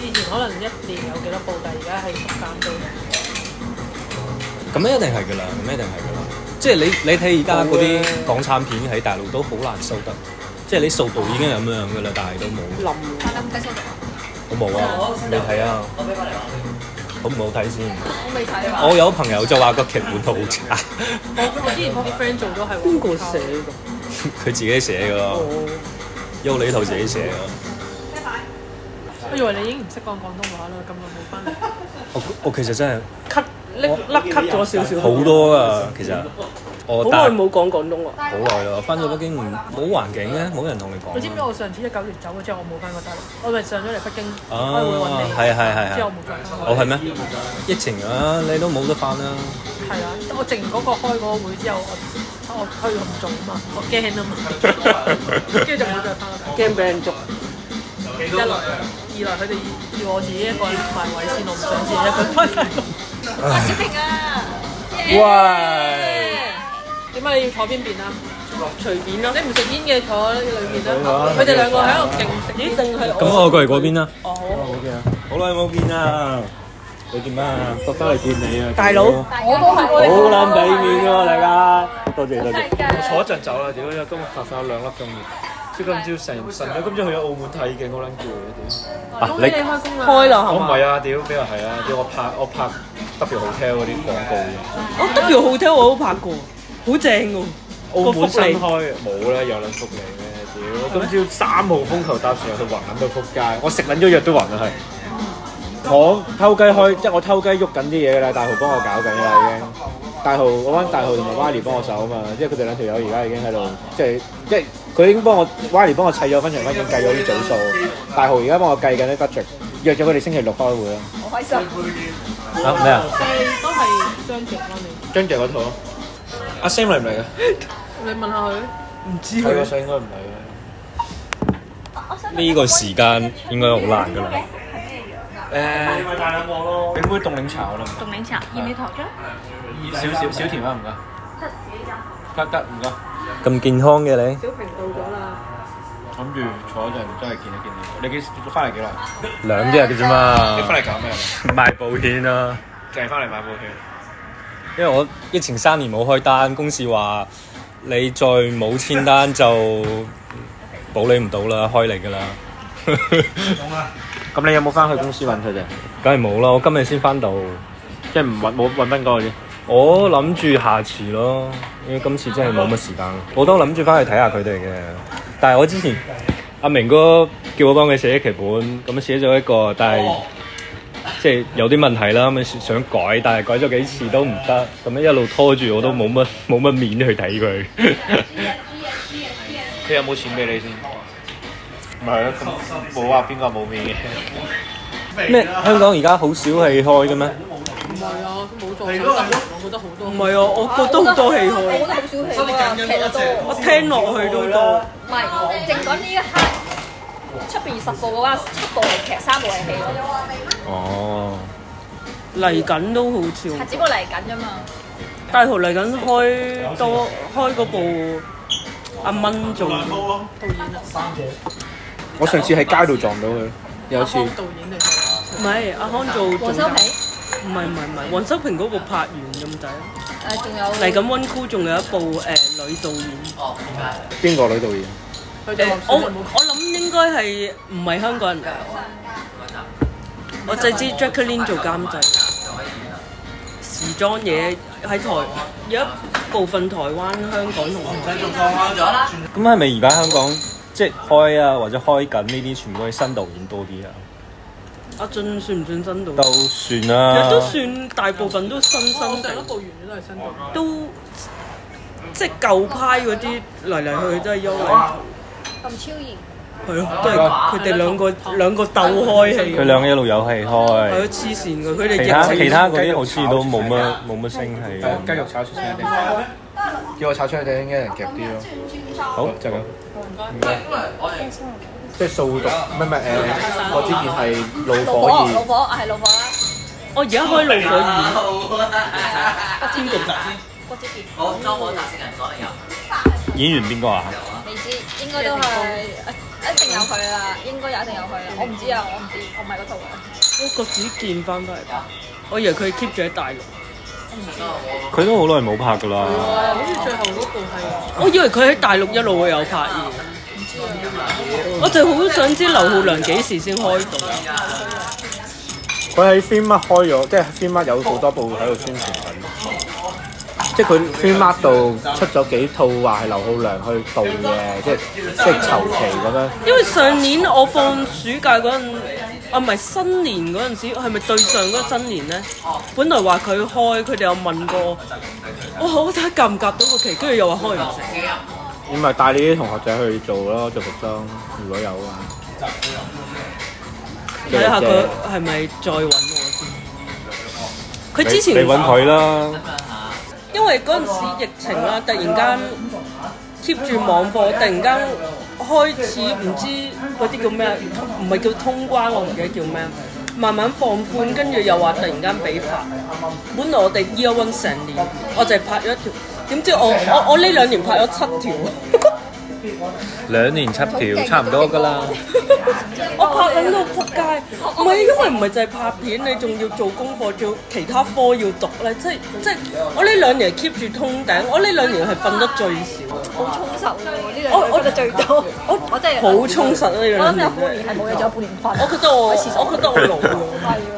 Speaker 3: 以前可能一年有幾多部，但係而家係十三部。
Speaker 4: 咁一定係㗎啦，咁一定係㗎啦。即係你你睇而家嗰啲港產片喺大陸都好難收得，即係你數度已經係咁樣㗎啦，但係都冇。
Speaker 5: 冧
Speaker 6: 但係唔計數值，
Speaker 4: 好冇啊？你睇啊！我俾好唔好睇先？
Speaker 6: 我未睇啊。
Speaker 4: 我有朋友就話個劇本好差，
Speaker 3: 我我之前啲 friend 做都係
Speaker 5: 邊
Speaker 3: 喎
Speaker 5: 個寫㗎？
Speaker 4: 佢自己寫㗎咯，
Speaker 5: 哦，
Speaker 4: 邱禮圖自己寫㗎。
Speaker 3: 我以為你已經唔識講廣東話啦，咁耐冇翻嚟。
Speaker 4: 我我其實真
Speaker 5: 咳甩甩咳咗少
Speaker 4: 係
Speaker 5: 少，
Speaker 4: 好多啊，其實我
Speaker 5: 好耐
Speaker 4: 但係
Speaker 5: 冇講廣東話。
Speaker 4: 好耐啦，翻咗北京唔冇環境咧，冇人同你講
Speaker 3: 你知唔知
Speaker 4: 啊。
Speaker 3: 我上次一九月走咗之後，我冇翻過大陸，我咪上咗嚟北京
Speaker 4: 啊
Speaker 3: 開會揾你，
Speaker 4: 係係係係
Speaker 3: 之後我冇再翻過。
Speaker 4: 哦，係咩？疫情啊，你都冇得翻啦。
Speaker 3: 係啊，我靜嗰個開嗰個會之後，我我推唔中啊嘛，我 驚啊嘛，跟住就冇再翻過大陸。
Speaker 5: 驚俾人捉，
Speaker 3: 一來，二來佢哋要我自己一個人埋位先，我唔想自己一個人翻大陸。
Speaker 6: 啊，小平啊！
Speaker 4: 喂
Speaker 3: 點解你要坐邊邊啊？
Speaker 5: 隨便啊啦。
Speaker 3: 你唔食煙嘅坐裏邊啦。佢哋兩個喺度勁食
Speaker 5: 咦？
Speaker 3: 煙，
Speaker 5: 定係
Speaker 4: 咁我過嚟嗰邊啦。
Speaker 5: 哦好。
Speaker 4: 好耐冇見啦，你見咩啊？
Speaker 7: 特登嚟見你
Speaker 8: ờ,
Speaker 7: 啊！
Speaker 5: 大佬
Speaker 6: 我都係
Speaker 7: 好撚俾面喎，大家多謝多謝。
Speaker 6: 係㗎。
Speaker 7: 坐一陣走啦，屌！因為今日發晒兩粒咁熱，即係今朝成晨早，今朝去咗澳門睇嘅，我撚攰啊！屌！
Speaker 4: 啊
Speaker 3: 恭喜
Speaker 4: 你
Speaker 3: 你開工啦！
Speaker 5: 開啦係
Speaker 7: 我唔
Speaker 5: 嘛？
Speaker 7: 係
Speaker 8: à,
Speaker 7: 啊，屌！俾人係啊，屌我拍我拍 W Hotel 嗰啲廣告嘅，
Speaker 5: 我 W Hotel 我都拍過，好正喎。
Speaker 7: 澳門新開冇啦，有撚福利咩？屌！我今朝三號風球搭船去暈撚到仆街，我食撚咗藥都暈啊係。我偷雞開，即係我偷雞喐緊啲嘢㗎啦，大豪幫我搞緊㗎啦已經。大豪，我揾大豪同埋 Wiley 幫我手啊嘛，即係佢哋兩條友而家已經喺度，即係即係佢已經幫我 Wiley 幫我砌咗分場分鐘計咗啲組數，大豪而家幫我計緊啲 budget，約咗佢哋星期六開會啦。
Speaker 6: 好開心。
Speaker 4: 啊咩啊？
Speaker 3: 都係張傑咯，你
Speaker 7: 張傑嗰套，阿 Sam 嚟唔嚟㗎？
Speaker 3: 你問下佢。
Speaker 7: 唔知佢個相應該唔嚟嘅。
Speaker 4: 呢個時間應該好難㗎啦。
Speaker 8: À.
Speaker 7: 誒，俾杯凍檸茶我啦，
Speaker 9: 凍檸茶，要唔要糖漿？
Speaker 7: 少少少甜啊，唔該。得得，唔該。
Speaker 4: 咁健康嘅你，
Speaker 3: 小平到咗啦，
Speaker 7: 諗住坐一陣真係見一見你。你幾時翻嚟幾耐？
Speaker 4: 兩日嘅啫
Speaker 1: Ờ.
Speaker 4: 嘛
Speaker 7: 你。翻嚟搞咩啊？
Speaker 4: 賣保險啊！
Speaker 7: 就係翻嚟買保險。
Speaker 4: 因為我疫情三年冇開單，公司話你再冇簽單就保你唔到啦，開你㗎啦。
Speaker 7: 咁你有冇翻去公司揾佢哋？
Speaker 4: 梗係冇啦，我今日先翻到。
Speaker 7: 即係唔揾冇揾斌哥嗰啲。
Speaker 4: 我諗住下次咯，因為今次真係冇乜時間。我都諗住翻去睇下佢哋嘅，但係我之前阿明哥叫我幫佢寫劇本，咁啊寫咗一個，但係即係有啲問題啦，咁啊想改，但係改咗幾次都唔得，咁啊樣一路拖住我都冇乜 冇乜面去睇佢。
Speaker 7: 佢有冇錢俾你先？唔係咯，咁冇話邊個冇面嘅。
Speaker 4: 咩？香港而家好少戲開嘅咩？
Speaker 3: 唔係啊，都冇做手術，我覺得好多。
Speaker 5: 唔係啊，我覺得好多戲
Speaker 6: 我覺
Speaker 5: 開，
Speaker 6: 得好少戲啊，劇得多。
Speaker 5: 我聽落去都多。
Speaker 6: 唔係，淨講呢一刻，出邊十部嘅話，七部係劇，三部係戲咯，
Speaker 4: 哦，
Speaker 5: 嚟緊都好似，
Speaker 6: 係只不過嚟緊啫嘛。
Speaker 5: 大豪嚟緊開多開嗰部阿蚊做，
Speaker 7: 我上次喺街度撞到佢，有一次
Speaker 3: 阿康導演嚟嘅，
Speaker 5: 唔係阿康做
Speaker 6: 黃修平，
Speaker 5: 唔係唔係唔係，黃修平嗰部拍完咁滯。
Speaker 6: 誒仲有
Speaker 5: 嚟緊温酷仲有一部誒、女導演，
Speaker 7: 邊個女導演？
Speaker 3: 佢
Speaker 5: 誒、
Speaker 3: 哋
Speaker 5: 我
Speaker 3: 話
Speaker 5: 我諗應該係唔係香港人嚟，我就知 Jacqueline 做監製，時裝嘢喺台有一部分台灣、香港同
Speaker 4: 咁係咪而家香港即係開啊，或者開緊呢啲全部都係新導演多啲啊？
Speaker 5: 阿俊算唔算新導
Speaker 4: 都
Speaker 5: 演？
Speaker 4: 算
Speaker 5: 其
Speaker 4: 啦
Speaker 1: à.
Speaker 5: 實。都算大部分都新
Speaker 3: 我我
Speaker 5: 新
Speaker 3: 上一
Speaker 5: 地，
Speaker 3: 部完都係新導演。
Speaker 5: 都即係舊派嗰啲嚟嚟去去都係優麗，
Speaker 6: 咁超然，
Speaker 5: 係咯，都係佢哋兩個兩個鬥開戲，
Speaker 4: 佢兩個一路有戲
Speaker 5: 係
Speaker 4: 開
Speaker 5: 咯，，黐線嘅，佢哋
Speaker 4: 其他
Speaker 5: 疫情
Speaker 4: 其他嗰啲好似都冇乜冇乜聲氣咁。
Speaker 7: 繼續炒出聲叫我炒出去哋，應該人夾啲咯。
Speaker 4: 好
Speaker 7: 就咁。即係掃毒，唔係唔係誒，我之前係
Speaker 6: 老
Speaker 7: 老
Speaker 6: 火
Speaker 7: 火
Speaker 6: 老
Speaker 7: 熱，
Speaker 6: 火係老火啦，
Speaker 5: 我而家開怒火二。
Speaker 6: 郭子健
Speaker 4: 演員邊個啊？
Speaker 6: 未知，應該都係呃一定有佢啦，應該有一定有佢啦，我唔知啊，我唔知，我唔係嗰套嘅，
Speaker 5: 郭子健翻返嚟，我以為佢 keep 住喺大陸，
Speaker 4: 佢都好耐冇拍㗎啦。
Speaker 3: 係啊，好似最後嗰部係
Speaker 5: 我以為佢喺大陸一路會有拍嘢。我就好想知劉浩良幾時先開到，
Speaker 7: 佢喺 Filmark 開咗，即係 Filmark 有好多部喺度宣傳緊。即係佢 Filmark 度出咗幾套話係劉浩良去導嘅，即係即係籌期咁樣。
Speaker 5: 因為上年我放暑假嗰陣，啊唔係新年嗰陣時，係咪對上嗰個新年呢？哦本來話佢開，佢哋有問過我，我我睇下夾唔夾到個期，跟住又話開唔成。
Speaker 7: 你咪帶你啲同學仔去做咯，做服裝，如果有啊。
Speaker 5: 睇下佢係咪再揾我先。佢之前
Speaker 4: 你揾佢啦。
Speaker 5: 因為嗰陣時疫情啦，突然間 keep 住網課，突然間開始唔知嗰啲叫咩，啊唔係叫通關，我唔記得叫咩，啊慢慢放寬，跟住又話突然間俾拍。本來我哋 year one 成年，我就係拍咗一條，點知我我我呢兩年拍咗七條，
Speaker 4: 兩年七
Speaker 6: 啊
Speaker 4: 條，差唔多㗎啦。
Speaker 5: 我拍緊到仆街。唔係因為唔係就係拍片，你仲要做功課，仲要其他科要讀咧，即係即係我呢兩年係 keep 住通頂，我呢兩年係瞓得最少。
Speaker 6: 好充實喎，呢兩
Speaker 5: 我
Speaker 6: 我
Speaker 5: 我
Speaker 6: 我得最多，我我真係
Speaker 5: 哦好哦充實呢
Speaker 6: 我
Speaker 5: 樣
Speaker 6: 諗有半
Speaker 5: 嘢
Speaker 6: 年係冇嘢做，半年瞓，
Speaker 5: 我覺得我我覺得我老 咗，
Speaker 6: 係啊，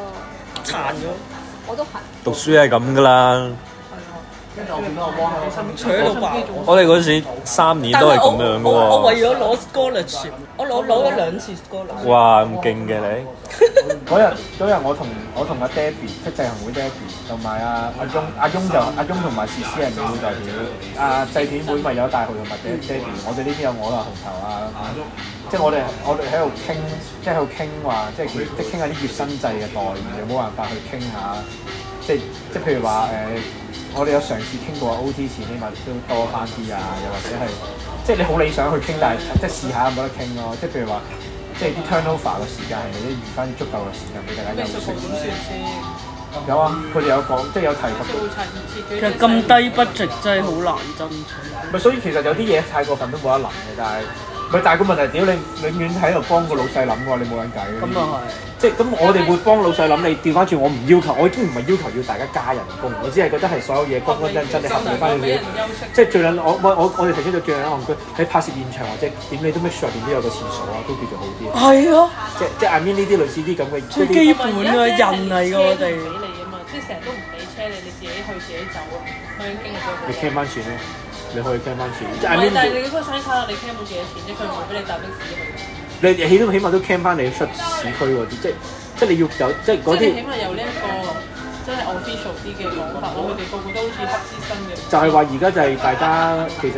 Speaker 5: 殘咗。
Speaker 6: 我都係。
Speaker 4: 讀書係咁㗎啦。
Speaker 5: 除喺度爆。
Speaker 4: 我哋嗰時三年
Speaker 5: 但
Speaker 4: 都係
Speaker 5: 係我
Speaker 4: 咁樣噶
Speaker 5: 我我為
Speaker 4: 喎。
Speaker 5: 咗攞 scholarship，我攞攞咗兩次 scholarship。
Speaker 4: 哇，咁勁嘅你！
Speaker 7: 嗰日嗰日我同我同阿 Debbie 即係製行會 Debbie 同埋阿阿翁阿翁就阿翁同埋事私人會代表，阿製片會咪有大豪同埋 Deb- Debbie，我哋呢邊有我啦紅頭啊，即係我哋我哋喺度傾，即係喺度傾話，即係其即係傾下啲月薪制嘅待遇，有冇辦法去傾下？即係即係譬如話誒、我哋有嘗試傾過 OT 錢，起碼都多翻啲啊，又或者係即係你好理想去傾，但係即係試下有冇得傾咯。即係譬如話，即係啲 turnover 嘅時間係咪都預翻足夠嘅時間俾大家休息？有啊，佢哋有講，即係有提及到。
Speaker 5: 其實咁低 budget 真係好難爭取。
Speaker 7: 咪所以其實有啲嘢太過分都冇得諗嘅，但係咪但係個問題屌你永遠喺度幫個老細諗喎，你冇撚計嘅。
Speaker 5: 咁啊
Speaker 7: 即係咁，我哋會幫老細諗。你調翻轉，我唔要求，我已經唔係要求要大家加人工，我只係覺得係所有嘢均均真真，你合理翻你自己。即係最撚我我我我哋提出咗最撚戇居，你拍攝現場或者點你都 make sure 入邊都有個廁所啊，都叫做好啲。
Speaker 5: 係。係啊，
Speaker 7: 即即係 I mean 呢啲類似啲咁嘅，即
Speaker 5: 最
Speaker 7: 係
Speaker 5: 基
Speaker 7: 啲
Speaker 5: 本嘅人嚟㗎我哋。
Speaker 3: 俾你啊嘛，即係成日都唔俾車你，你自己去自己走啊，我已經經歷
Speaker 7: 你
Speaker 3: 咗佢。
Speaker 7: claim 翻錢咧，你可以 claim 翻錢。即係 I
Speaker 3: 唔係，但係
Speaker 7: mean
Speaker 3: 你嗰個西卡，你 cam 到幾多錢啫？佢唔會俾你搭的士去。
Speaker 7: 你起都起碼都 claim 翻你出市區嗰啲，即係即係你要有
Speaker 3: 即
Speaker 7: 即係嗰
Speaker 3: 係
Speaker 7: 啲
Speaker 3: 你。起碼有呢一個真係 official 啲嘅講法咯，佢哋個個都好似黑之身嘅。
Speaker 7: 就係話而家就係大家其實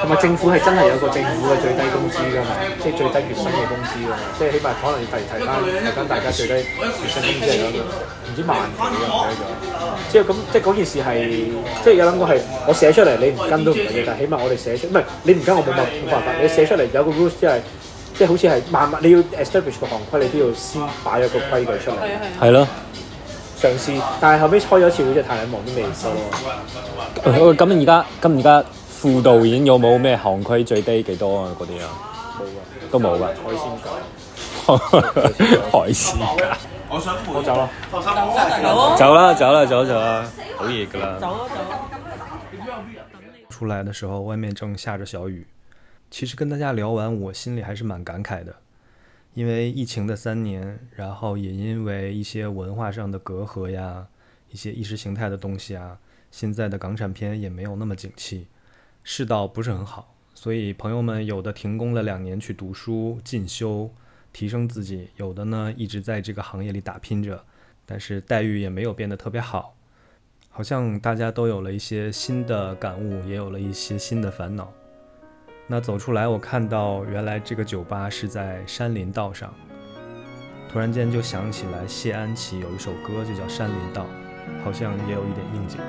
Speaker 7: 同埋政府係真係有個政府嘅最低工資㗎嘛，即係最低月薪嘅工資㗎嘛，即係起碼可能要提提翻提翻大家最低月薪工資係兩個唔知萬幾㗎唔記得咗。即係咁，即係嗰件事係即係有諗過係我寫出嚟你唔跟都唔緊要，但係起碼我哋寫出唔係你唔跟我冇辦冇辦法，你寫出嚟有個 rules 即係。即係好似係慢慢，你要 establish 個行規，你都要先擺咗個規矩出嚟
Speaker 3: 係啊係啊。
Speaker 4: 係咯，
Speaker 7: 嘗試。但係後尾開咗一次會，即係太兩望都未收啊喎。
Speaker 4: 喂咁而家咁而家副導演有冇咩行規最低幾多啊？嗰啲啊，都冇㗎。
Speaker 7: 海鮮狗，
Speaker 4: 海鮮價
Speaker 7: 我走啦。
Speaker 5: 走啊！
Speaker 4: 走啦走啦走走啦，好夜㗎啦。
Speaker 5: 走啊！走啊！
Speaker 1: 出来的时候，外面正下着小雨。其实跟大家聊完，我心里还是蛮感慨的，因为疫情的三年，然后也因为一些文化上的隔阂呀，一些意识形态的东西啊，现在的港产片也没有那么景气，世道不是很好，所以朋友们有的停工了两年去读书进修，提升自己；有的呢一直在这个行业里打拼着，但是待遇也没有变得特别好。好像大家都有了一些新的感悟，也有了一些新的烦恼。那走出来，我看到原来这个酒吧是在山林道上，突然间就想起来谢安琪有一首歌就叫《山林道》，好像也有一点应景。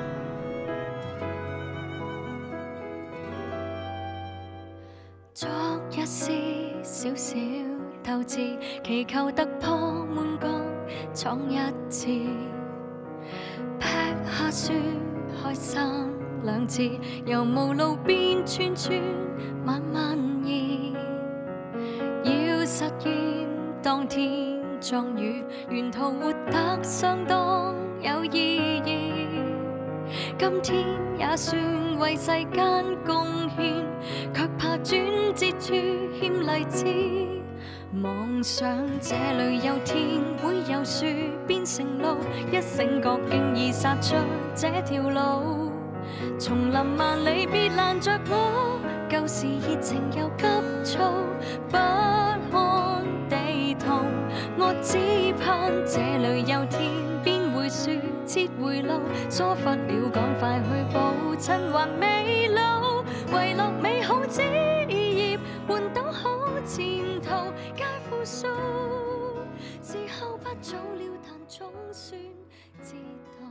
Speaker 2: 昨日是小小鬥志，祈求突破滿江，闖一次。劈下雪，開山兩次，由無路變串串，慢慢移。要實現當天壯語，沿途活得相當有意義。今天也算為世間貢獻，卻怕轉折處欠荔枝。妄想這裏有天會有樹變成路，一醒覺竟已殺出這條路。叢林萬里別攔着我，舊時熱情又急躁，不看地圖。我只盼這裏有天邊會説撤回路，疏忽了趕快去補，趁還未老，遺落美好枝葉，換到好前途，皆負數。時候不早了，但總算知道。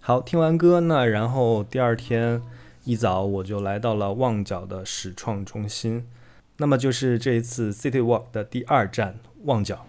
Speaker 1: 好，听完歌呢，然后第二天一早我就来到了旺角的始创中心，那么就是这一次 City Walk 的第二站旺角。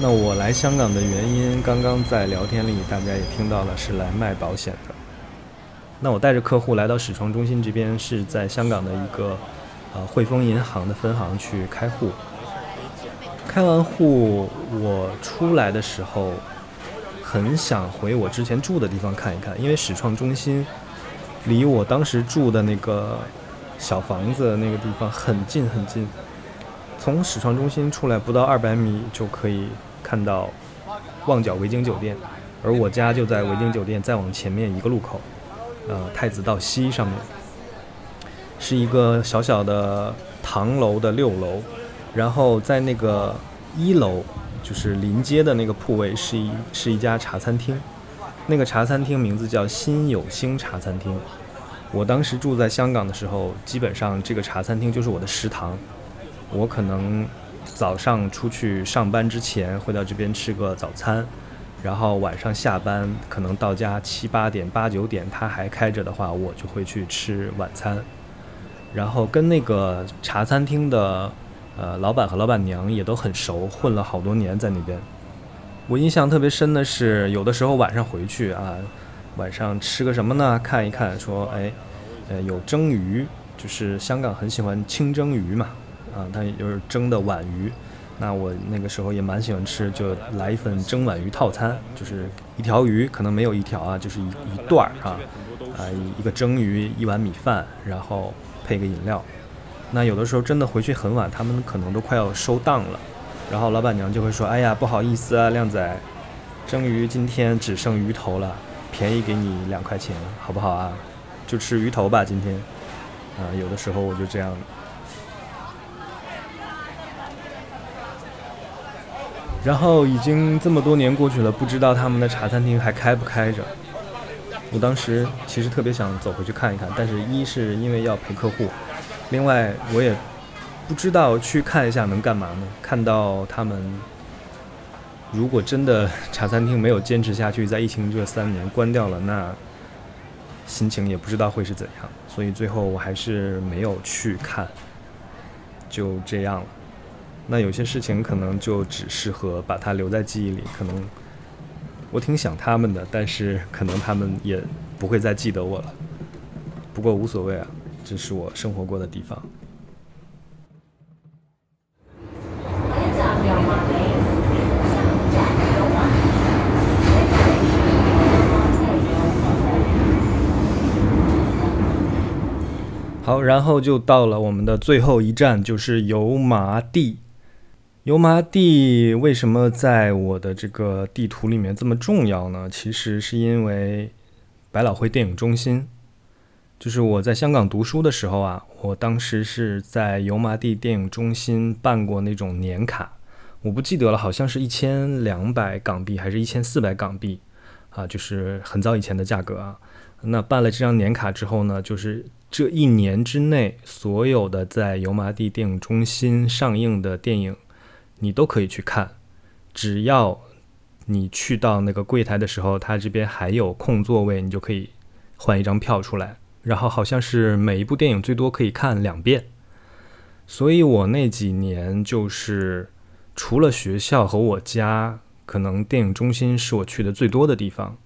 Speaker 1: 那我来香港的原因，刚刚在聊天里大家也听到了，是来卖保险的。那我带着客户来到始创中心这边，是在香港的一个呃汇丰银行的分行去开户。开完户，我出来的时候，很想回我之前住的地方看一看，因为始创中心离我当时住的那个小房子那个地方很近很近，从始创中心出来不到二百米就可以看到旺角维京酒店，而我家就在维京酒店再往前面一个路口，呃，太子道西上面，是一个小小的唐楼的六楼，然后在那个一楼就是临街的那个铺位是一是一家茶餐厅，那个茶餐厅名字叫新有星茶餐厅。我当时住在香港的时候，基本上这个茶餐厅就是我的食堂。我可能早上出去上班之前会到这边吃个早餐，然后晚上下班可能到家七八点、八九点，它还开着的话，我就会去吃晚餐。然后跟那个茶餐厅的呃老板和老板娘也都很熟，混了好多年在那边。我印象特别深的是，有的时候晚上回去啊，晚上吃个什么呢？看一看，说哎，呃有蒸鱼，就是香港很喜欢清蒸鱼嘛，啊，它就是蒸的皖鱼。那我那个时候也蛮喜欢吃，就来一份蒸皖鱼套餐，就是一条鱼可能没有一条啊，就是一一段儿啊，啊一个蒸鱼，一碗米饭，然后配个饮料。那有的时候真的回去很晚，他们可能都快要收档了，然后老板娘就会说：“哎呀，不好意思啊，靓仔，蒸鱼今天只剩鱼头了，便宜给你两块钱，好不好啊？就吃鱼头吧，今天。”啊，有的时候我就这样然后已经这么多年过去了，不知道他们的茶餐厅还开不开着。我当时其实特别想走回去看一看，但是一是因为要陪客户，另外我也不知道去看一下能干嘛呢？看到他们如果真的茶餐厅没有坚持下去，在疫情这三年关掉了，那心情也不知道会是怎样。所以最后我还是没有去看，就这样了。那有些事情可能就只适合把它留在记忆里。可能我挺想他们的，但是可能他们也不会再记得我了。不过无所谓啊，这是我生活过的地方。好，然后就到了我们的最后一站，就是油麻地。油麻地为什么在我的这个地图里面这么重要呢？其实是因为百老汇电影中心，就是我在香港读书的时候啊，我当时是在油麻地电影中心办过那种年卡，我不记得了，好像是一千两百港币还是一千四百港币啊，就是很早以前的价格啊。那办了这张年卡之后呢，就是这一年之内所有的在油麻地电影中心上映的电影，你都可以去看，只要你去到那个柜台的时候，他这边还有空座位，你就可以换一张票出来。然后好像是每一部电影最多可以看两遍，所以我那几年就是除了学校和我家，可能电影中心是我去的最多的地方。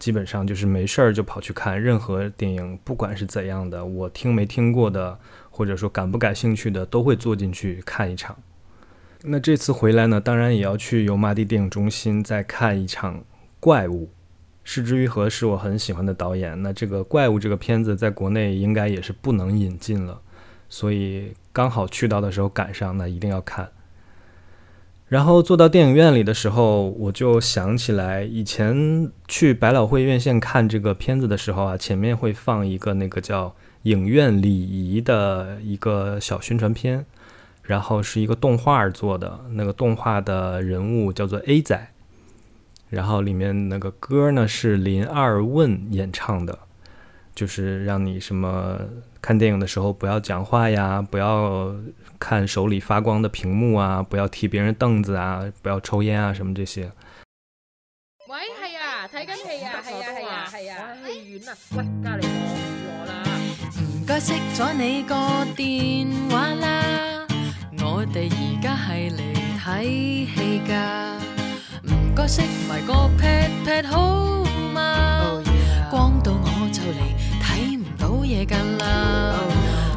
Speaker 1: 基本上就是没事儿就跑去看任何电影，不管是怎样的，我听没听过的，或者说感不感兴趣的，都会坐进去看一场。那这次回来呢，当然也要去油麻地电影中心再看一场《怪物》。失之愈合是我很喜欢的导演，那这个《怪物》这个片子在国内应该也是不能引进了，所以刚好去到的时候赶上，那一定要看。然后坐到电影院里的时候，我就想起来以前去百老汇院线看这个片子的时候啊，前面会放一个那个叫影院礼仪的一个小宣传片，然后是一个动画做的，那个动画的人物叫做 A 仔，然后里面那个歌呢是林二汶演唱的，就是让你什么看电影的时候不要讲话呀，不要看手里发光的屏幕啊，不要踢别人凳子啊，不要抽烟啊，什么这些。
Speaker 3: 喂，係啊，睇緊戲啊，係啊，係啊，係啊，喺戲院啊，喂，隔離我我啦。
Speaker 9: 唔該熄咗你個電話啦，我哋而家係嚟睇戲㗎。唔該熄埋個 pat pat 好嘛光到我就嚟睇間啦。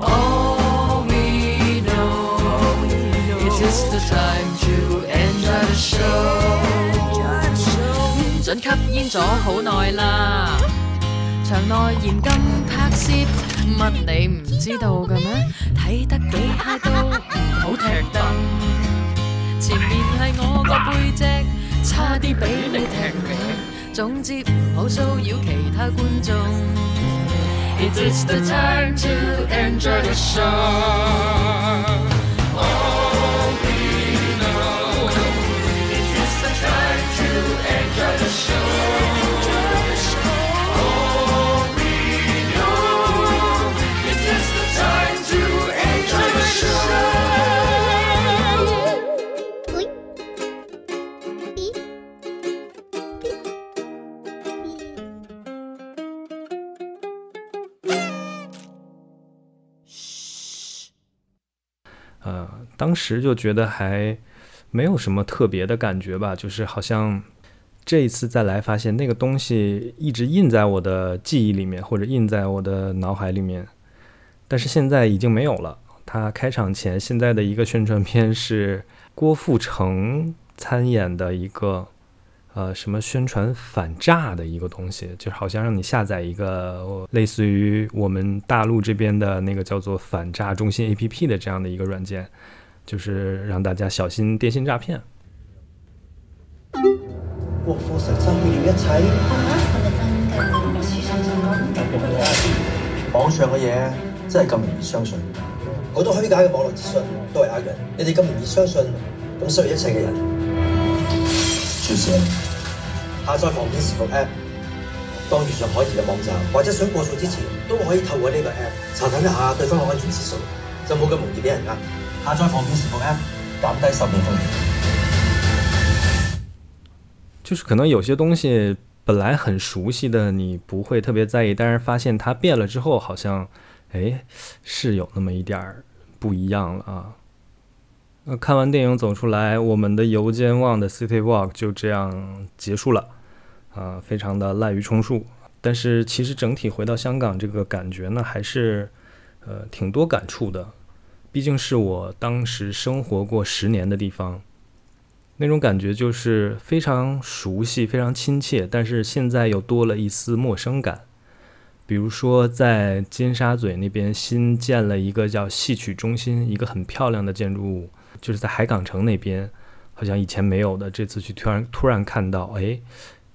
Speaker 9: All we know is it's the time to enjoy the show。唔准吸煙咗好耐啦。場內嚴禁拍攝，乜你唔知道嘅咩？睇得幾嗨都唔好踢凳，前面係我個背脊，差啲俾你踢腳。總之唔好騷擾其他觀眾。It is the time to enjoy the show.
Speaker 1: Shh 呃，当时就觉得还没有什么特别的感觉吧，就是好像这一次再来，发现那个东西一直印在我的记忆里面，或者印在我的脑海里面，但是现在已经没有了。它开场前现在的一个宣传片是郭富城参演的一个呃什么宣传反诈的一个东西，就好像让你下载一个类似于我们大陆这边的那个叫做反诈中心 APP 的这样的一个软件，就是让大家小心电信诈骗。
Speaker 10: 國貨神心要一切。網上嘅嘢真係咁容易相信，好多虛假嘅網絡資訊都係呃人。你哋咁容易相信，咁相信一切嘅人，注射下載防騙視伏 App，當遇上可疑嘅網站或者想過數之前，都可以透過呢個 App 查詢一下對方嘅安全指數，就冇咁容易俾人呃。下載防騙視伏 App，減低受騙風險。
Speaker 1: 就是可能有些东西本来很熟悉的，你不会特别在意，但是发现它变了之后，好像，哎，是有那么一点儿不一样了啊。那看完电影走出来，我们的游健旺的 City Walk 就这样结束了，啊，非常的滥竽充数。但是其实整体回到香港这个感觉呢，还是呃挺多感触的，毕竟是我当时生活过十年的地方。那种感觉就是非常熟悉、非常亲切，但是现在又多了一丝陌生感。比如说，在尖沙咀那边新建了一个叫戏曲中心，一个很漂亮的建筑物，就是在海港城那边，好像以前没有的，这次去突然突然看到，哎，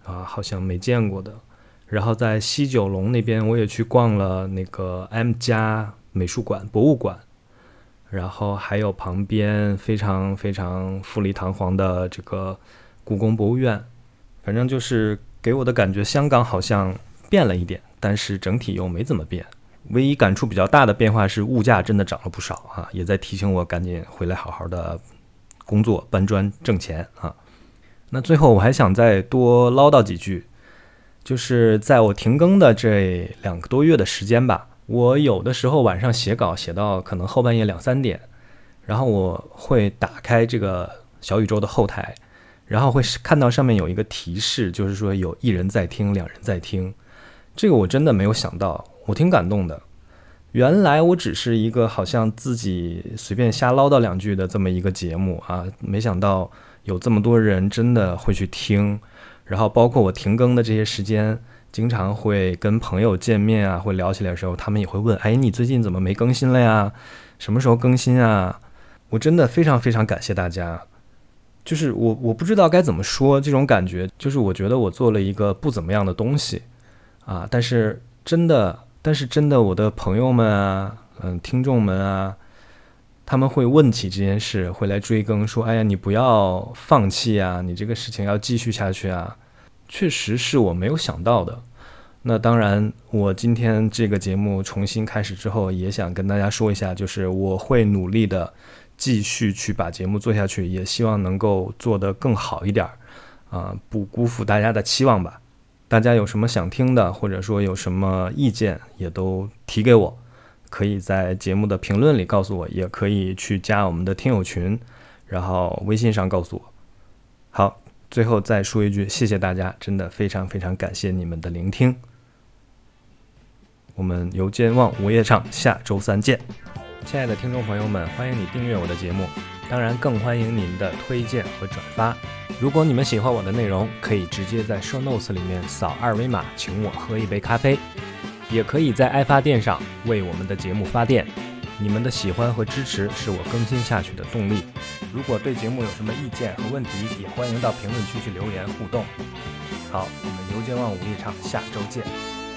Speaker 1: 啊，好像没见过的。然后在西九龙那边，我也去逛了那个 M 加美术馆、博物馆，然后还有旁边非常非常富丽堂皇的这个故宫博物院，反正就是给我的感觉，香港好像变了一点，但是整体又没怎么变。唯一感触比较大的变化是物价真的涨了不少啊，也在提醒我赶紧回来好好的工作、搬砖、挣钱啊。那最后我还想再多唠叨几句，就是在我停更的这两个多月的时间吧，我有的时候晚上写稿写到可能后半夜两三点，然后我会打开这个小宇宙的后台，然后会是看到上面有一个提示，就是说有一人在听，两人在听，这个我真的没有想到，我挺感动的。原来我只是一个好像自己随便瞎唠叨两句的这么一个节目啊，没想到有这么多人真的会去听，然后包括我停更的这些时间，经常会跟朋友见面啊，会聊起来的时候，他们也会问，哎，你最近怎么没更新了呀？什么时候更新啊？我真的非常非常感谢大家，就是我我不知道该怎么说这种感觉，就是我觉得我做了一个不怎么样的东西，啊，但是真的，但是真的，我的朋友们啊，嗯，听众们啊，他们会问起这件事，会来追更，说：“哎呀，你不要放弃啊，你这个事情要继续下去啊。”确实是我没有想到的。那当然，我今天这个节目重新开始之后，也想跟大家说一下，就是我会努力的继续去把节目做下去，也希望能够做得更好一点儿，啊、不辜负大家的期望吧。大家有什么想听的，或者说有什么意见，也都提给我，可以在节目的评论里告诉我，也可以去加我们的听友群，然后微信上告诉我。好，最后再说一句，谢谢大家，真的非常非常感谢你们的聆听。我们游健忘午夜场下周三见。亲爱的听众朋友们，欢迎你订阅我的节目，当然更欢迎您的推荐和转发。如果你们喜欢我的内容，可以直接在 Show Notes 里面扫二维码，请我喝一杯咖啡，也可以在爱发电上为我们的节目发电。你们的喜欢和支持是我更新下去的动力。如果对节目有什么意见和问题，也欢迎到评论区去留言互动。好，我们邮件望午夜场，下周见。